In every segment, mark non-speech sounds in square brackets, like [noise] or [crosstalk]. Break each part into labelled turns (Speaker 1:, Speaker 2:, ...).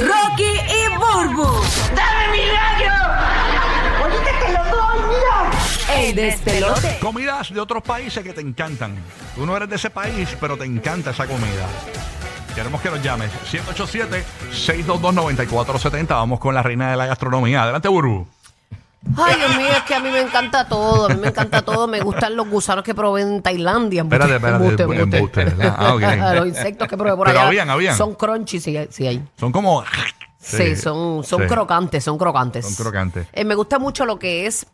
Speaker 1: Rocky y Burbu. ¡Dame mi rayo! ¡Ahorita te lo doy, mira! ¡Ey, despelote!
Speaker 2: Comidas de otros países que te encantan. Tú no eres de ese país, pero te encanta esa comida. Queremos que nos llames. 787-622-9470. Vamos con la reina de la gastronomía. Adelante, Burbu.
Speaker 3: Ay, Dios mío, es que a mí me encanta todo, a mí me encanta todo, me gustan los gusanos que probé en Tailandia. embuste,
Speaker 2: Espérate, espérate,
Speaker 3: embuste,
Speaker 2: embu-
Speaker 3: embuste.
Speaker 2: embuste, ¿verdad? Ah, ok.
Speaker 3: [laughs] los insectos que probé por
Speaker 2: Pero
Speaker 3: allá.
Speaker 2: habían, habían.
Speaker 3: Son crunchy, sí, hay- sí hay.
Speaker 2: Son como...
Speaker 3: Sí, son, son
Speaker 2: sí.
Speaker 3: crocantes, son crocantes.
Speaker 2: Son crocantes.
Speaker 3: Eh, me gusta mucho lo que es.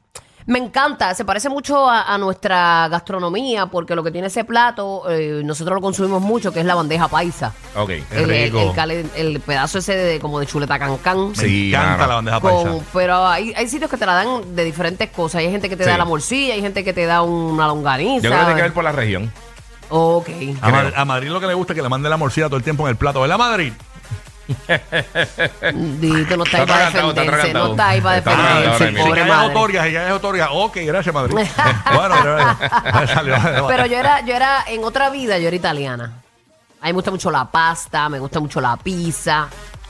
Speaker 3: Me encanta, se parece mucho a, a nuestra gastronomía, porque lo que tiene ese plato, eh, nosotros lo consumimos mucho, que es la bandeja paisa.
Speaker 4: Ok.
Speaker 2: Es
Speaker 3: el, eh, el-
Speaker 2: rico.
Speaker 3: el calen- el pedazo ese de, como de chuleta cancán.
Speaker 2: Me
Speaker 4: Sí,
Speaker 2: encanta
Speaker 4: mano.
Speaker 2: la bandeja paisa.
Speaker 3: Con- pero hay, hay sitios que te la dan de diferentes cosas. Hay gente que te
Speaker 4: Sí.
Speaker 3: da la morcilla, hay gente que te da una longaniza.
Speaker 4: Yo creo que tiene que ver por la región.
Speaker 3: Ok.
Speaker 2: A, Ma- a Madrid lo que le gusta es que le mande la morcilla todo el tiempo en el plato. ¿Verdad, Madrid?
Speaker 3: Dito, no está ahí para
Speaker 4: atragantado, Ah. está
Speaker 3: defenderse. No
Speaker 4: atragantado.
Speaker 3: está ahí para
Speaker 4: Está atragantado Ah, ahora
Speaker 3: defenderse,
Speaker 4: mismo.
Speaker 2: Si
Speaker 3: pobre
Speaker 2: ya es
Speaker 3: madre.
Speaker 2: otorga, si ya es otorga. Ok, gracias,
Speaker 3: [laughs]
Speaker 2: Madrid. bueno, ya salió.
Speaker 3: Pero yo era, yo era, en otra vida yo era italiana. A mí me gusta mucho la pasta, me gusta mucho la pizza.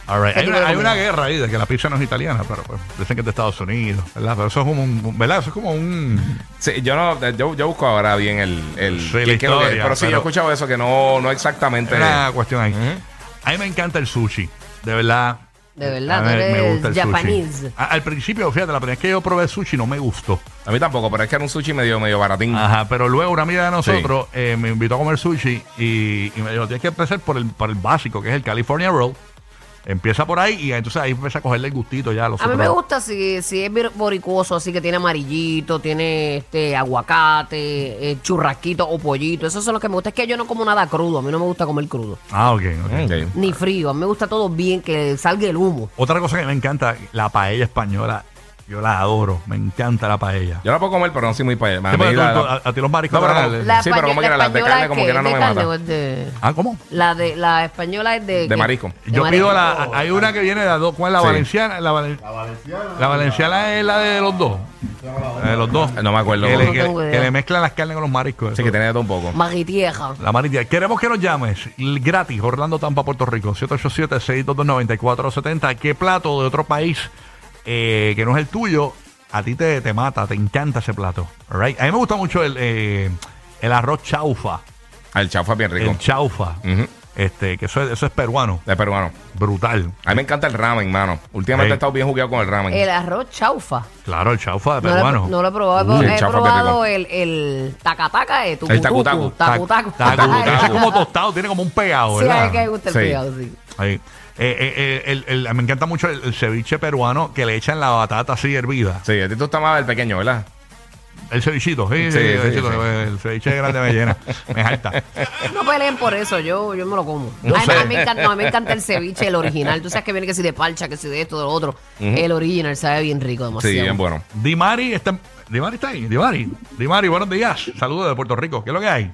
Speaker 2: All right.
Speaker 3: ¿Qué
Speaker 2: Hay,
Speaker 3: tipo de
Speaker 2: una, hay
Speaker 3: comida?
Speaker 2: una guerra ahí de que la pizza no es italiana, pero pues, dicen que es de Estados Unidos, ¿verdad? Pero eso es como un, ¿verdad? Eso es como [laughs] un...
Speaker 4: Sí, yo no, yo, yo busco ahora bien el, el
Speaker 2: Sí,
Speaker 4: qué
Speaker 2: la
Speaker 4: es que lo que es.
Speaker 2: historia,
Speaker 4: pero sí, yo
Speaker 2: pero-
Speaker 4: he escuchado eso que no, no exactamente.
Speaker 2: una cuestión ahí.
Speaker 4: Ujú.
Speaker 2: A mí me encanta el sushi, de verdad.
Speaker 3: De verdad,
Speaker 2: A
Speaker 3: tú
Speaker 2: mí me
Speaker 3: eres
Speaker 2: gusta el
Speaker 3: japonés.
Speaker 2: sushi. A- al principio, fíjate, la primera vez que yo probé sushi no me gustó.
Speaker 4: A mí tampoco, pero es que era un sushi medio, medio baratín.
Speaker 2: Ajá, pero luego una amiga de nosotros eh, me invitó a comer sushi y, y me dijo, tienes que empezar por el, por el básico, que es el California Roll. Empieza por ahí y entonces ahí empieza a cogerle el gustito ya a los
Speaker 3: A mí me
Speaker 2: otros.
Speaker 3: gusta si, si es bir- boricuoso, así que tiene amarillito, tiene este aguacate, eh, churrasquito o pollito. Esos son los que me gusta. Es que yo no como nada crudo, a mí no me gusta comer crudo.
Speaker 2: Ah, ok, ok.
Speaker 4: Mm, Ok.
Speaker 3: Ni frío, a mí me gusta todo bien, que salga el humo.
Speaker 2: Otra cosa que me encanta, la paella española. Yo la adoro, me encanta la paella.
Speaker 4: Yo la puedo comer, pero no soy muy paella.
Speaker 2: Sí, pero
Speaker 4: mí
Speaker 2: tú-
Speaker 4: la-
Speaker 2: tú- a- a ti los mariscos
Speaker 4: No, pero
Speaker 2: te
Speaker 4: como-
Speaker 2: dan-
Speaker 3: La
Speaker 4: sí, pero
Speaker 3: españo-
Speaker 4: como
Speaker 3: la
Speaker 4: quiera, las de
Speaker 3: española
Speaker 4: carne como
Speaker 3: que
Speaker 4: quiera
Speaker 3: es
Speaker 4: no
Speaker 3: de
Speaker 4: me
Speaker 3: carne o
Speaker 4: mata.
Speaker 3: es de-
Speaker 2: Ah, ¿cómo?
Speaker 3: La de la española es de
Speaker 4: De marisco.
Speaker 3: de
Speaker 2: Yo pido la.
Speaker 3: marisco.
Speaker 2: Hay una que viene de las dos. ¿Cuál es la
Speaker 4: Sí.
Speaker 2: valenciana? La, valen- la valenciana es la de los dos. La de los dos.
Speaker 4: No me acuerdo.
Speaker 2: Que, le,
Speaker 3: No
Speaker 2: que-
Speaker 3: tengo
Speaker 2: que
Speaker 3: idea.
Speaker 2: le mezclan las carnes con los mariscos.
Speaker 4: Sí,
Speaker 2: eso.
Speaker 4: que tiene de todo un poco.
Speaker 3: Maritieja.
Speaker 2: La marisca. Queremos que nos llames l- gratis, Orlando Tampa, Puerto Rico, 787-622-9470. ¿Qué plato de otro país eh, que no es el tuyo a ti te, te mata, te encanta ese plato? All right. A mí me gusta mucho el, eh, el arroz chaufa,
Speaker 4: Ah, El chaufa es bien rico.
Speaker 2: el chaufa,
Speaker 4: Ujú.
Speaker 2: este, que eso es, eso es peruano,
Speaker 4: De peruano.
Speaker 2: brutal.
Speaker 4: A mí me encanta el ramen, mano. Últimamente
Speaker 2: Ey.
Speaker 4: he estado bien jugueado con el ramen.
Speaker 3: El arroz chaufa.
Speaker 2: Claro, el chaufa de
Speaker 3: No lo,
Speaker 2: peruano.
Speaker 3: he- no lo he probado.
Speaker 4: Uh,
Speaker 3: he
Speaker 4: el chaufa es
Speaker 3: probado el, el tacataca de tu
Speaker 4: El tacu-tacu.
Speaker 2: Tacu,
Speaker 3: Tacutacu. [laughs]
Speaker 2: tacu.
Speaker 4: Tacu.
Speaker 2: Es como tostado, tiene como un pegado,
Speaker 3: Sí,
Speaker 2: ¿verdad?
Speaker 3: hay que gusta el
Speaker 4: Sí.
Speaker 3: frío, sí.
Speaker 2: Ahí. Eh, eh, eh, el- el- me encanta mucho el, el ceviche peruano que le echan la batata así hervida.
Speaker 4: Sí, a ti tú estabas más del pequeño, ¿verdad?
Speaker 2: El cevichito, sí,
Speaker 4: Sí,
Speaker 2: sí, el,
Speaker 4: sí,
Speaker 2: cevichito,
Speaker 4: sí.
Speaker 2: el ceviche grande me llena, me jalta.
Speaker 3: No peleen por eso, yo, yo me lo como.
Speaker 2: No
Speaker 3: Ay,
Speaker 2: sé.
Speaker 3: a, mí me encanta, no, a mí me encanta el ceviche, el original. Tú sabes que viene que si de parcha, que si de esto, de lo otro. El original sabe bien rico, demasiado.
Speaker 4: Sí, bien bueno.
Speaker 2: Dimari está, Dimari está ahí, Dimari. Dimari, buenos días. Saludos de Puerto Rico. ¿Qué es lo que hay?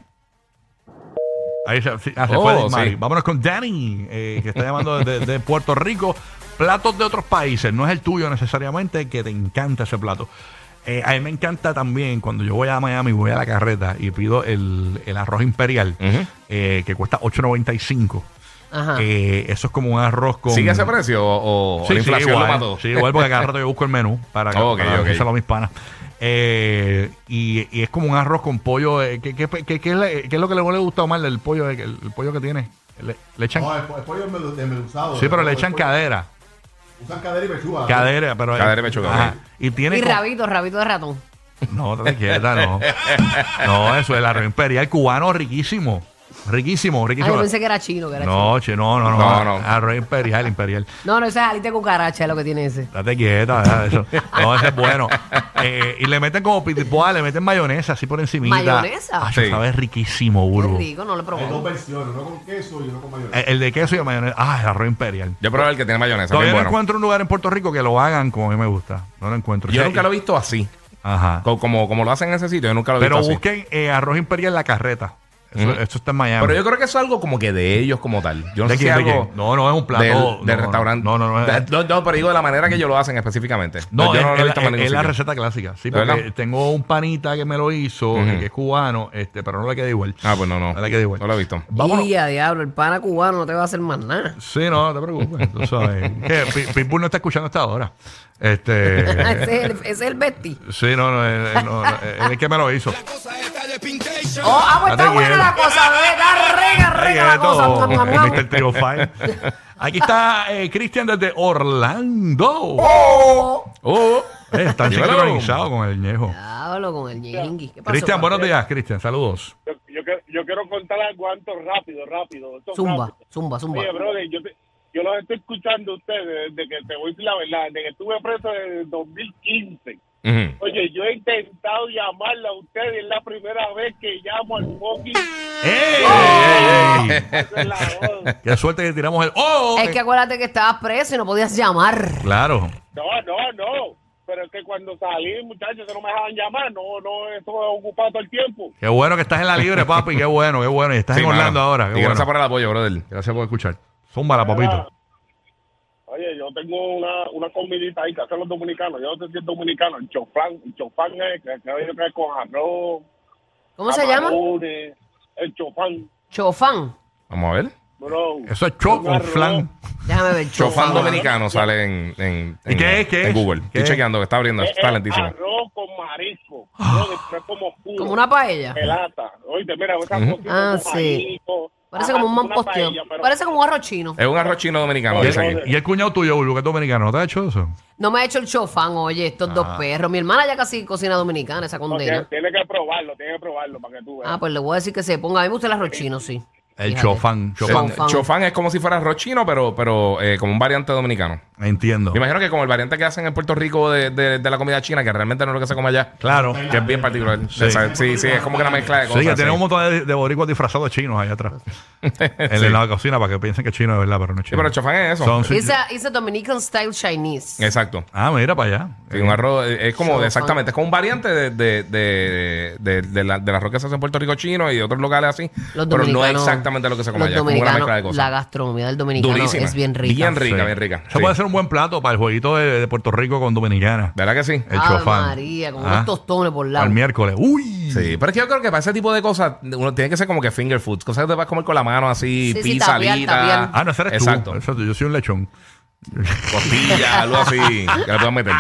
Speaker 2: Ahí se, sí, ah, se
Speaker 4: Oh,
Speaker 2: fue Dimari.
Speaker 4: sí.
Speaker 2: Vámonos con Danny, eh, que está llamando desde de Puerto Rico. Platos de otros países, no es el tuyo necesariamente, que te encanta ese plato. Eh, a mí me encanta también cuando yo voy a Miami, voy a la carreta y pido el, el arroz imperial,
Speaker 4: Ujú.
Speaker 2: eh, que cuesta 8.95.
Speaker 3: Ajá.
Speaker 2: Eh, eso es como un arroz con...
Speaker 4: ¿Sigue ese precio o, o
Speaker 2: Sí,
Speaker 4: la
Speaker 2: sí,
Speaker 4: inflación
Speaker 2: igual,
Speaker 4: lo mató?
Speaker 2: Sí, igual porque cada rato yo busco el menú
Speaker 4: [laughs]
Speaker 2: para, que
Speaker 4: Ok,
Speaker 2: para
Speaker 4: ok.
Speaker 2: dárselo a mis panas. Eh, y, y es como un arroz con pollo. eh, ¿qué, qué, qué- qué es la- qué es lo que le le gusta más del pollo, el, el pollo que tiene? Le, le echan,
Speaker 5: No, el, po- el pollo es melu- desmenuzado.
Speaker 2: sí, pero
Speaker 5: El
Speaker 2: le
Speaker 5: pollo-
Speaker 2: echan
Speaker 5: el pollo-
Speaker 2: cadera.
Speaker 5: Usan cadera y pechuga.
Speaker 2: Cadera, pero.
Speaker 4: Cadera y pechuga,
Speaker 2: ajá.
Speaker 4: ok.
Speaker 2: Y tiene.
Speaker 3: Y
Speaker 2: como-
Speaker 3: rabito, rabito de ratón.
Speaker 2: No, te quieta, no. No, eso es el arroz imperial cubano riquísimo. Riquísimo,
Speaker 3: Ah,
Speaker 2: riquísimo.
Speaker 3: yo pensé que era chino, que era chino.
Speaker 2: no, che, no, no, no.
Speaker 4: No, no.
Speaker 2: Arroz imperial, imperial.
Speaker 3: No, no, ese es alite cucaracha, es lo que tiene ese.
Speaker 2: Date quieta, deja eso. No, ese es
Speaker 4: [laughs]
Speaker 2: bueno. Eh, y le meten como pitipoa, le meten mayonesa así por encimita.
Speaker 3: ¿Mayonesa?
Speaker 2: Ah, eso
Speaker 4: Sí.
Speaker 2: sabe riquísimo,
Speaker 3: Es
Speaker 2: burbu.
Speaker 3: rico, no lo he
Speaker 5: Hay dos
Speaker 3: probado.
Speaker 5: versiones, uno con queso y uno con mayonesa.
Speaker 2: Eh, El de queso y el mayonesa. Ah, el arroz imperial.
Speaker 4: Yo probé el que tiene mayonesa.
Speaker 2: Todavía
Speaker 4: Bien
Speaker 2: no
Speaker 4: bueno.
Speaker 2: encuentro un lugar en Puerto Rico que lo hagan como a mí me gusta. No lo encuentro. O
Speaker 4: Yo
Speaker 2: sea,
Speaker 4: nunca lo he visto así.
Speaker 2: Ajá.
Speaker 4: Co- Como, como lo hacen en ese sitio, yo nunca lo he
Speaker 2: Pero
Speaker 4: visto así.
Speaker 2: busquen eh, arroz imperial en la carreta. Eso,
Speaker 4: Mm.
Speaker 2: Esto está en Miami.
Speaker 4: Pero yo creo que eso es algo como que de ellos como tal. Yo no
Speaker 2: ¿De
Speaker 4: sé si
Speaker 2: quién,
Speaker 4: es
Speaker 2: de
Speaker 4: algo
Speaker 2: quién? No, no, es un plato,
Speaker 4: del,
Speaker 2: no,
Speaker 4: del
Speaker 2: no,
Speaker 4: restaurante.
Speaker 2: no, no, no,
Speaker 4: De-
Speaker 2: es-
Speaker 4: no, no, pero digo de la manera que ellos lo hacen específicamente.
Speaker 2: No,
Speaker 4: yo
Speaker 2: es,
Speaker 4: no lo he
Speaker 2: es
Speaker 4: visto
Speaker 2: la-
Speaker 4: en ningún
Speaker 2: es la
Speaker 4: sitio.
Speaker 2: receta clásica. Sí,
Speaker 4: ¿De
Speaker 2: porque
Speaker 4: verdad?
Speaker 2: tengo un panita que me lo hizo, eh,
Speaker 4: Ujú.
Speaker 2: que es cubano, este, pero no le queda igual.
Speaker 4: Ah, pues no, no.
Speaker 2: No le queda igual.
Speaker 4: No lo he visto.
Speaker 2: Vámonos.
Speaker 3: Y a diablo, el pana cubano no te va a hacer más nada.
Speaker 2: Sí, no, no te preocupes. Tú
Speaker 4: [laughs]
Speaker 2: sabes. que Pi- Pitbull no está escuchando hasta ahora.
Speaker 3: [laughs]
Speaker 2: Este.
Speaker 3: ese, es el, ese es el bestie.
Speaker 2: sí, no, no, él- él no, él es el que me lo
Speaker 3: [laughs]
Speaker 2: hizo.
Speaker 3: Oh, ah, pues está
Speaker 2: Date
Speaker 3: buena la
Speaker 2: quieto.
Speaker 3: cosa, bebé. Está rica, rica la cosa. Mua, mua,
Speaker 2: [laughs]
Speaker 3: mua.
Speaker 2: El Mr. Trio Five. Aquí está eh, Cristian desde Orlando.
Speaker 4: ¡Oh!
Speaker 2: Eh, están
Speaker 4: Dímelo.
Speaker 2: sincronizados con el ñejo.
Speaker 3: Diablo con el ñengui. ¿Qué pasó,
Speaker 2: Cristian,
Speaker 3: papi?
Speaker 2: buenos días, Cristian. Saludos.
Speaker 6: Yo, yo, quiero- yo quiero contar algo antes rápido, rápido. Esto es
Speaker 3: Zumba,
Speaker 6: rápido.
Speaker 3: zumba, zumba.
Speaker 6: Oye, brother, yo, te- yo los estoy escuchando a ustedes desde que te voy a decir la verdad, desde que estuve preso desde el 2015.
Speaker 4: Ujú.
Speaker 6: Oye, yo he intentado llamarla a ustedes, es la primera vez que llamo al fucking...
Speaker 3: Oh.
Speaker 2: ¡Ey! ey, ey!
Speaker 6: Esa es la joda.
Speaker 2: Qué suerte que tiramos el. ¡Oh!
Speaker 3: Es que acuérdate que estabas preso y no podías llamar.
Speaker 2: Claro.
Speaker 6: no, no, no. Pero es que cuando salí, muchachos, se no me dejaban llamar. No, no, eso ocupado todo el tiempo.
Speaker 2: Qué bueno que estás en la libre, papi. Qué bueno, qué bueno. Y estás
Speaker 4: Sí,
Speaker 2: en
Speaker 4: mano.
Speaker 2: Orlando ahora.
Speaker 4: Y
Speaker 2: Qué bueno.
Speaker 4: gracias por el apoyo, brother.
Speaker 2: Gracias por escuchar. Zúmbala, papito.
Speaker 6: Oye, yo tengo una, una comidita ahí que hacen los dominicanos. Yo no sé si es dominicano. El chofán, el chofán es que que hay que con arroz.
Speaker 3: ¿Cómo se llama?
Speaker 6: camarones, El chofán,
Speaker 3: Chofán.
Speaker 4: Vamos a ver.
Speaker 6: bro.
Speaker 2: Eso es cho
Speaker 6: Un
Speaker 2: con
Speaker 6: arroz.
Speaker 2: flan.
Speaker 3: Déjame ver,
Speaker 4: Chofán
Speaker 3: chofán.
Speaker 4: dominicano sale en, en,
Speaker 2: ¿Y
Speaker 4: en-
Speaker 2: qué es? ¿Qué
Speaker 4: en
Speaker 2: es?
Speaker 4: Google.
Speaker 2: ¿Qué
Speaker 4: Estoy
Speaker 2: es?
Speaker 4: chequeando, está abriendo,
Speaker 6: Es-
Speaker 4: está
Speaker 6: es
Speaker 4: lentísimo.
Speaker 6: Arroz con
Speaker 2: [gasps]
Speaker 6: marisco.
Speaker 2: Ah.
Speaker 6: bro, que es como puro.
Speaker 3: Como una paella.
Speaker 6: Pelata. Oye, mira, esa
Speaker 4: Ujú.
Speaker 6: cosita
Speaker 3: Ah,
Speaker 6: con
Speaker 3: sí.
Speaker 6: marisco.
Speaker 3: Parece
Speaker 6: Ah,
Speaker 3: como un
Speaker 6: una
Speaker 3: mamposteo.
Speaker 6: paella, pero-
Speaker 3: Parece como un arroz chino.
Speaker 4: Es un arroz chino dominicano, dice aquí.
Speaker 2: Y el cuñado tuyo, Bulbo, que es dominicano, ¿no te ha hecho eso?
Speaker 3: No me ha hecho el chofán, oye, estos
Speaker 4: Ah.
Speaker 3: dos perros. Mi hermana ya casi cocina dominicana, esa
Speaker 6: No,
Speaker 3: condena.
Speaker 6: tiene, tiene que probarlo, tiene que probarbarlo para que tú veas.
Speaker 3: Ah, pues le voy a decir que se ponga. A mí me gusta el arroz chino, sí.
Speaker 2: El
Speaker 3: Fíjate.
Speaker 2: chofán. Chofán.
Speaker 4: El
Speaker 3: Chofán.
Speaker 4: Chofán es como si fuera arroz chino, pero, pero eh, como un variante dominicano.
Speaker 2: Entiendo.
Speaker 4: Me imagino que como el variante que hacen en Puerto Rico de, de- de la comida china, que realmente no es lo que se come allá.
Speaker 2: Claro.
Speaker 4: Que es bien particular.
Speaker 2: Sí.
Speaker 4: O sea, sí, sí, es como que una mezcla de
Speaker 2: Sí,
Speaker 4: cosas.
Speaker 2: que tenemos un
Speaker 4: sí.
Speaker 2: montón de, de boricuas disfrazados de chinos allá [laughs] atrás. en
Speaker 4: Sí.
Speaker 2: la cocina para que piensen que es chino de verdad, pero no es
Speaker 4: Sí,
Speaker 2: chino.
Speaker 4: pero el chofán es eso.
Speaker 2: Son- sí,
Speaker 3: It's a, it's a Dominican style Chinese.
Speaker 4: Exacto.
Speaker 2: Ah, mira para allá.
Speaker 4: Sí, un arroz, eh, es como,
Speaker 3: Chofán.
Speaker 4: exactamente, es como un variante de, de, de, de, de la, del arroz que se hace en Puerto Rico chino y otros locales así.
Speaker 3: Los
Speaker 4: pero no es
Speaker 3: dominicanos-
Speaker 4: exactamente lo que se come
Speaker 3: los
Speaker 4: allá. Es como una mezcla de
Speaker 3: dominicanos, La
Speaker 4: cosas.
Speaker 3: gastronomía del dominicano
Speaker 4: Durísima.
Speaker 3: es bien rica.
Speaker 4: Bien rica,
Speaker 2: Sí.
Speaker 4: bien rica.
Speaker 2: Eso
Speaker 4: Sí.
Speaker 2: puede ser un buen plato para el jueguito de, de Puerto Rico con Dominicana.
Speaker 4: ¿Verdad que sí?
Speaker 2: El
Speaker 3: Ave
Speaker 2: chofán.
Speaker 3: María, con
Speaker 2: Ah.
Speaker 3: unos tostones por lado.
Speaker 2: Al miércoles. ¡Uy!
Speaker 4: Sí, pero es que yo creo que para ese tipo de cosas uno tiene que ser como que finger foods, cosas que te vas a comer con la mano así,
Speaker 3: Sí, sí,
Speaker 4: pizza,
Speaker 3: tapear,
Speaker 4: alita.
Speaker 3: tapear.
Speaker 2: Ah, no, ese eres
Speaker 4: Exacto.
Speaker 2: tú. Exacto, yo soy un lechón. [laughs]
Speaker 4: Costilla, algo así, que le
Speaker 2: [laughs]
Speaker 4: puedas meter.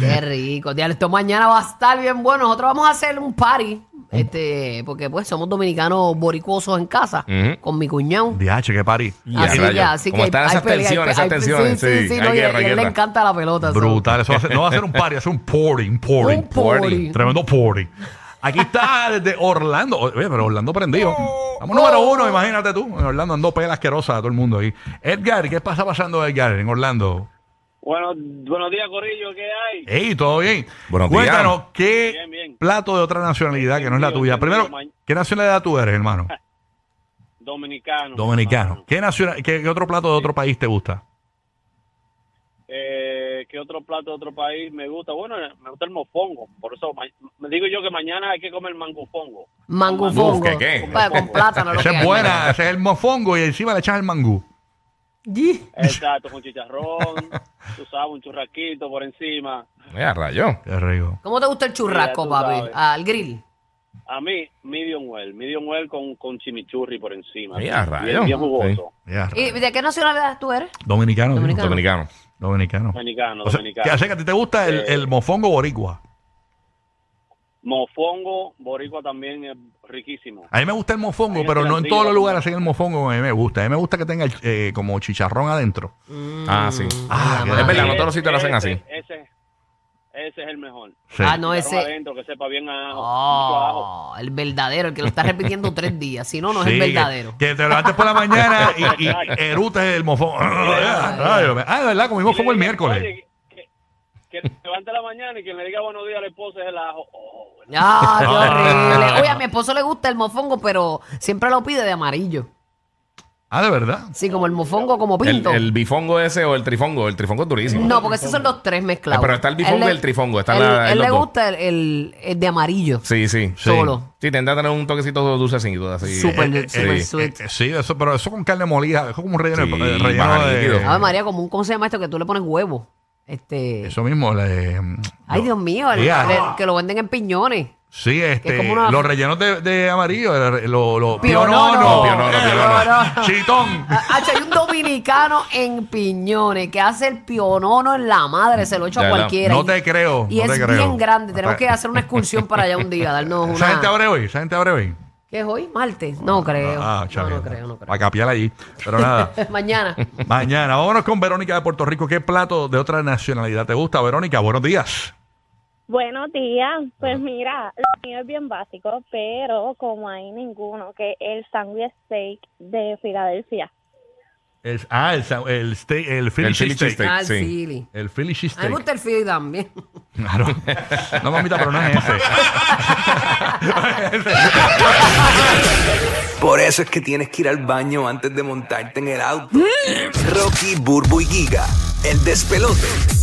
Speaker 3: Qué rico. Diablo, esto mañana va a estar bien bueno. Nosotros vamos a hacer un party. Este, porque pues somos dominicanos boricuosos en casa
Speaker 4: Ujú.
Speaker 3: con mi cuñado.
Speaker 2: DH, qué party.
Speaker 4: Ya,
Speaker 3: así que,
Speaker 4: rayos.
Speaker 3: así
Speaker 4: Como
Speaker 3: que
Speaker 4: están
Speaker 3: hay
Speaker 4: esas
Speaker 3: pelea, hay
Speaker 4: tensiones,
Speaker 3: pe-
Speaker 4: esas
Speaker 3: hay-
Speaker 4: tensiones,
Speaker 3: Sí, sí,
Speaker 4: sí,
Speaker 3: sí, no,
Speaker 4: hay
Speaker 3: y- y
Speaker 4: guerra,
Speaker 3: a
Speaker 4: hay
Speaker 3: él le
Speaker 4: guerra.
Speaker 3: encanta la pelota. so.
Speaker 2: Brutal. Eso va a ser- no va a ser un party, va a ser un party, un party.
Speaker 3: Un party.
Speaker 2: Tremendo party. Aquí está desde Orlando. Oye, pero Orlando prendido. Vamos número uno, imagínate tú. En Orlando andó pela asquerosa a todo el mundo ahí. Edgar, ¿qué pasa pasando, Edgar, en Orlando?
Speaker 6: Bueno, buenos días, Corillo, ¿qué hay?
Speaker 2: Ey, todo bien.
Speaker 4: Buenos días.
Speaker 2: Cuéntanos, ¿qué
Speaker 6: Bien, bien.
Speaker 2: plato de otra nacionalidad que no es la tuya?
Speaker 6: Entendido,
Speaker 2: Primero,
Speaker 6: entendido,
Speaker 2: ¿qué nacionalidad tú eres,
Speaker 6: [laughs]
Speaker 2: hermano?
Speaker 6: Dominicano.
Speaker 2: Dominicano. ¿Qué, nacional, qué, qué otro plato de otro país te gusta?
Speaker 6: Eh, ¿Qué otro plato de otro país me gusta? Bueno, me gusta el mofongo. Por eso ma- me digo yo que mañana hay que comer mangofongo.
Speaker 3: Mangufongo.
Speaker 4: Uf, ¿qué, qué?
Speaker 3: Compadre, Pues, Con plátano. lo
Speaker 2: Esa
Speaker 3: que
Speaker 2: es
Speaker 3: hay,
Speaker 2: buena, ese es el mofongo y encima le echas el mangú.
Speaker 3: mira.
Speaker 6: [laughs] Exacto, con chicharrón, tú sabes, un churrasquito por encima.
Speaker 4: Mira, rayo.
Speaker 2: Qué rico.
Speaker 3: ¿Cómo te gusta el churrasco,
Speaker 6: Mira, tú
Speaker 3: papi?
Speaker 6: sabes.
Speaker 3: Al grill.
Speaker 6: A mí, medium well, medium well con, con chimichurri por encima.
Speaker 4: Mira,
Speaker 6: Bien,
Speaker 4: rayo.
Speaker 6: bien jugoso.
Speaker 2: Ya,
Speaker 3: ¿Y de qué nacionalidad tú eres?
Speaker 2: Dominicano. digo.
Speaker 4: Sí. Dominicano.
Speaker 2: Dominicano.
Speaker 6: Dominicano,
Speaker 2: O sea,
Speaker 6: dominicano.
Speaker 2: que, así que a ti te gusta el,
Speaker 6: Eh,
Speaker 2: el mofongo boricua.
Speaker 6: Mofongo, boricua también es riquísimo.
Speaker 2: A mí me gusta el mofongo,
Speaker 6: Ahí
Speaker 2: pero
Speaker 6: está
Speaker 2: no en
Speaker 6: el
Speaker 2: todos los
Speaker 6: río.
Speaker 2: lugares hacen el mofongo. A mí me gusta. A mí me gusta que tenga el, eh, como chicharrón adentro.
Speaker 4: Ah, sí.
Speaker 2: Ah,
Speaker 3: la
Speaker 2: que-
Speaker 3: madre.
Speaker 4: Es verdad, no todos los sitios lo hacen
Speaker 6: Ese-
Speaker 4: así.
Speaker 6: Ese, ese Ese es el mejor.
Speaker 2: Sí.
Speaker 3: Ah, no,
Speaker 6: Ese.
Speaker 3: ese.
Speaker 6: Adentro, que sepa bien a ajo. mucho ajo.
Speaker 3: Oh, el verdadero, el que lo está repitiendo tres días. Si no, no es
Speaker 2: Sí,
Speaker 3: el
Speaker 2: que-
Speaker 3: verdadero.
Speaker 2: Que, te levantes por la mañana y,
Speaker 6: [laughs]
Speaker 2: y erutas el mofón. ah, de verdad, comimos fuego el
Speaker 6: Oye,
Speaker 2: miércoles.
Speaker 6: que- Que que levante la mañana y que le diga buenos días a la esposa es el ajo. Oh, bueno.
Speaker 3: Ah, qué
Speaker 2: Ah.
Speaker 3: horrible. Oye, a mi esposo le gusta el mofongo, pero siempre lo pide de amarillo.
Speaker 2: Ah, de verdad.
Speaker 3: Sí, como el mofongo, como
Speaker 4: El,
Speaker 3: pinto.
Speaker 4: el bifongo ese o el trifongo. El trifongo es durísimo.
Speaker 3: No, porque esos son los tres mezclados.
Speaker 4: Eh, pero está el bifongo
Speaker 3: Él le-
Speaker 4: y el trifongo, está
Speaker 3: él,
Speaker 4: la-
Speaker 3: él
Speaker 4: los
Speaker 3: le
Speaker 4: dos.
Speaker 3: gusta el, el- el de amarillo.
Speaker 4: Sí, sí.
Speaker 2: Sí.
Speaker 3: Solo.
Speaker 4: Sí, tendrá que tener un toquecito dulcecito así.
Speaker 3: Súper,
Speaker 4: Eh, eh,
Speaker 3: súper
Speaker 4: sí.
Speaker 3: sweet.
Speaker 2: Eh, eh, sí, eso, pero eso con carne molida, es como un relleno, de-
Speaker 4: Sí,
Speaker 2: eh, relleno
Speaker 4: más
Speaker 2: de-
Speaker 4: líquido.
Speaker 3: A ver, María, como un, ¿cómo se llama esto? Que tú le pones huevo. Este.
Speaker 2: Eso mismo. le-
Speaker 3: Ay,
Speaker 2: lo-
Speaker 3: Dios mío, el-
Speaker 2: Yeah.
Speaker 3: el- que lo venden en piñones.
Speaker 2: Sí, este,
Speaker 3: como una-
Speaker 2: los rellenos de, de amarillo, el- lo, lo-
Speaker 3: Pionono.
Speaker 2: pionono,
Speaker 4: Pionono,
Speaker 2: eh,
Speaker 3: [laughs] pionono.
Speaker 2: chitón.
Speaker 3: Ah, Hacho, hay un dominicano en piñones que hace el pionono en la madre, se lo echa a
Speaker 4: Ya, la-
Speaker 3: cualquiera.
Speaker 2: no te creo,
Speaker 3: Y
Speaker 2: no
Speaker 3: es
Speaker 2: te creo.
Speaker 3: bien grande. Tenemos
Speaker 2: Hasta-
Speaker 3: que hacer una excursión para allá un
Speaker 2: [laughs]
Speaker 3: día, darnos
Speaker 2: ¿Esa gente
Speaker 3: una.
Speaker 2: abre hoy? ¿Esa gente abre hoy?
Speaker 3: ¿Qué es hoy? ¿Martes? No creo.
Speaker 2: Ah,
Speaker 3: no,
Speaker 2: chale.
Speaker 3: no creo, no creo.
Speaker 2: Para capiar allí. Pero
Speaker 3: [laughs]
Speaker 2: nada. [laughs]
Speaker 3: Mañana.
Speaker 2: Mañana, vámonos con Verónica de Puerto Rico. ¿Qué plato de otra nacionalidad te gusta, Verónica? Buenos días.
Speaker 7: Buenos días. Pues mira, lo mío es bien básico, pero como hay ninguno, que el sándwich steak de Filadelfia.
Speaker 2: El, ah, el, sa- el, steak- el Philly
Speaker 4: El
Speaker 2: cheese
Speaker 4: Philly
Speaker 2: steak.
Speaker 4: cheese steak.
Speaker 3: Ah, el
Speaker 4: sí.
Speaker 3: Philly.
Speaker 2: El Philly cheese
Speaker 3: A mí me
Speaker 2: steak.
Speaker 3: gusta el Philly también.
Speaker 2: Claro. [laughs] No, mamita, pero no es
Speaker 3: [laughs]
Speaker 2: ese. [laughs]
Speaker 8: Por eso es que tienes que ir al baño
Speaker 1: Mm.
Speaker 8: antes de montarte en el auto. Rocky, Burbu y Giga, el despelote.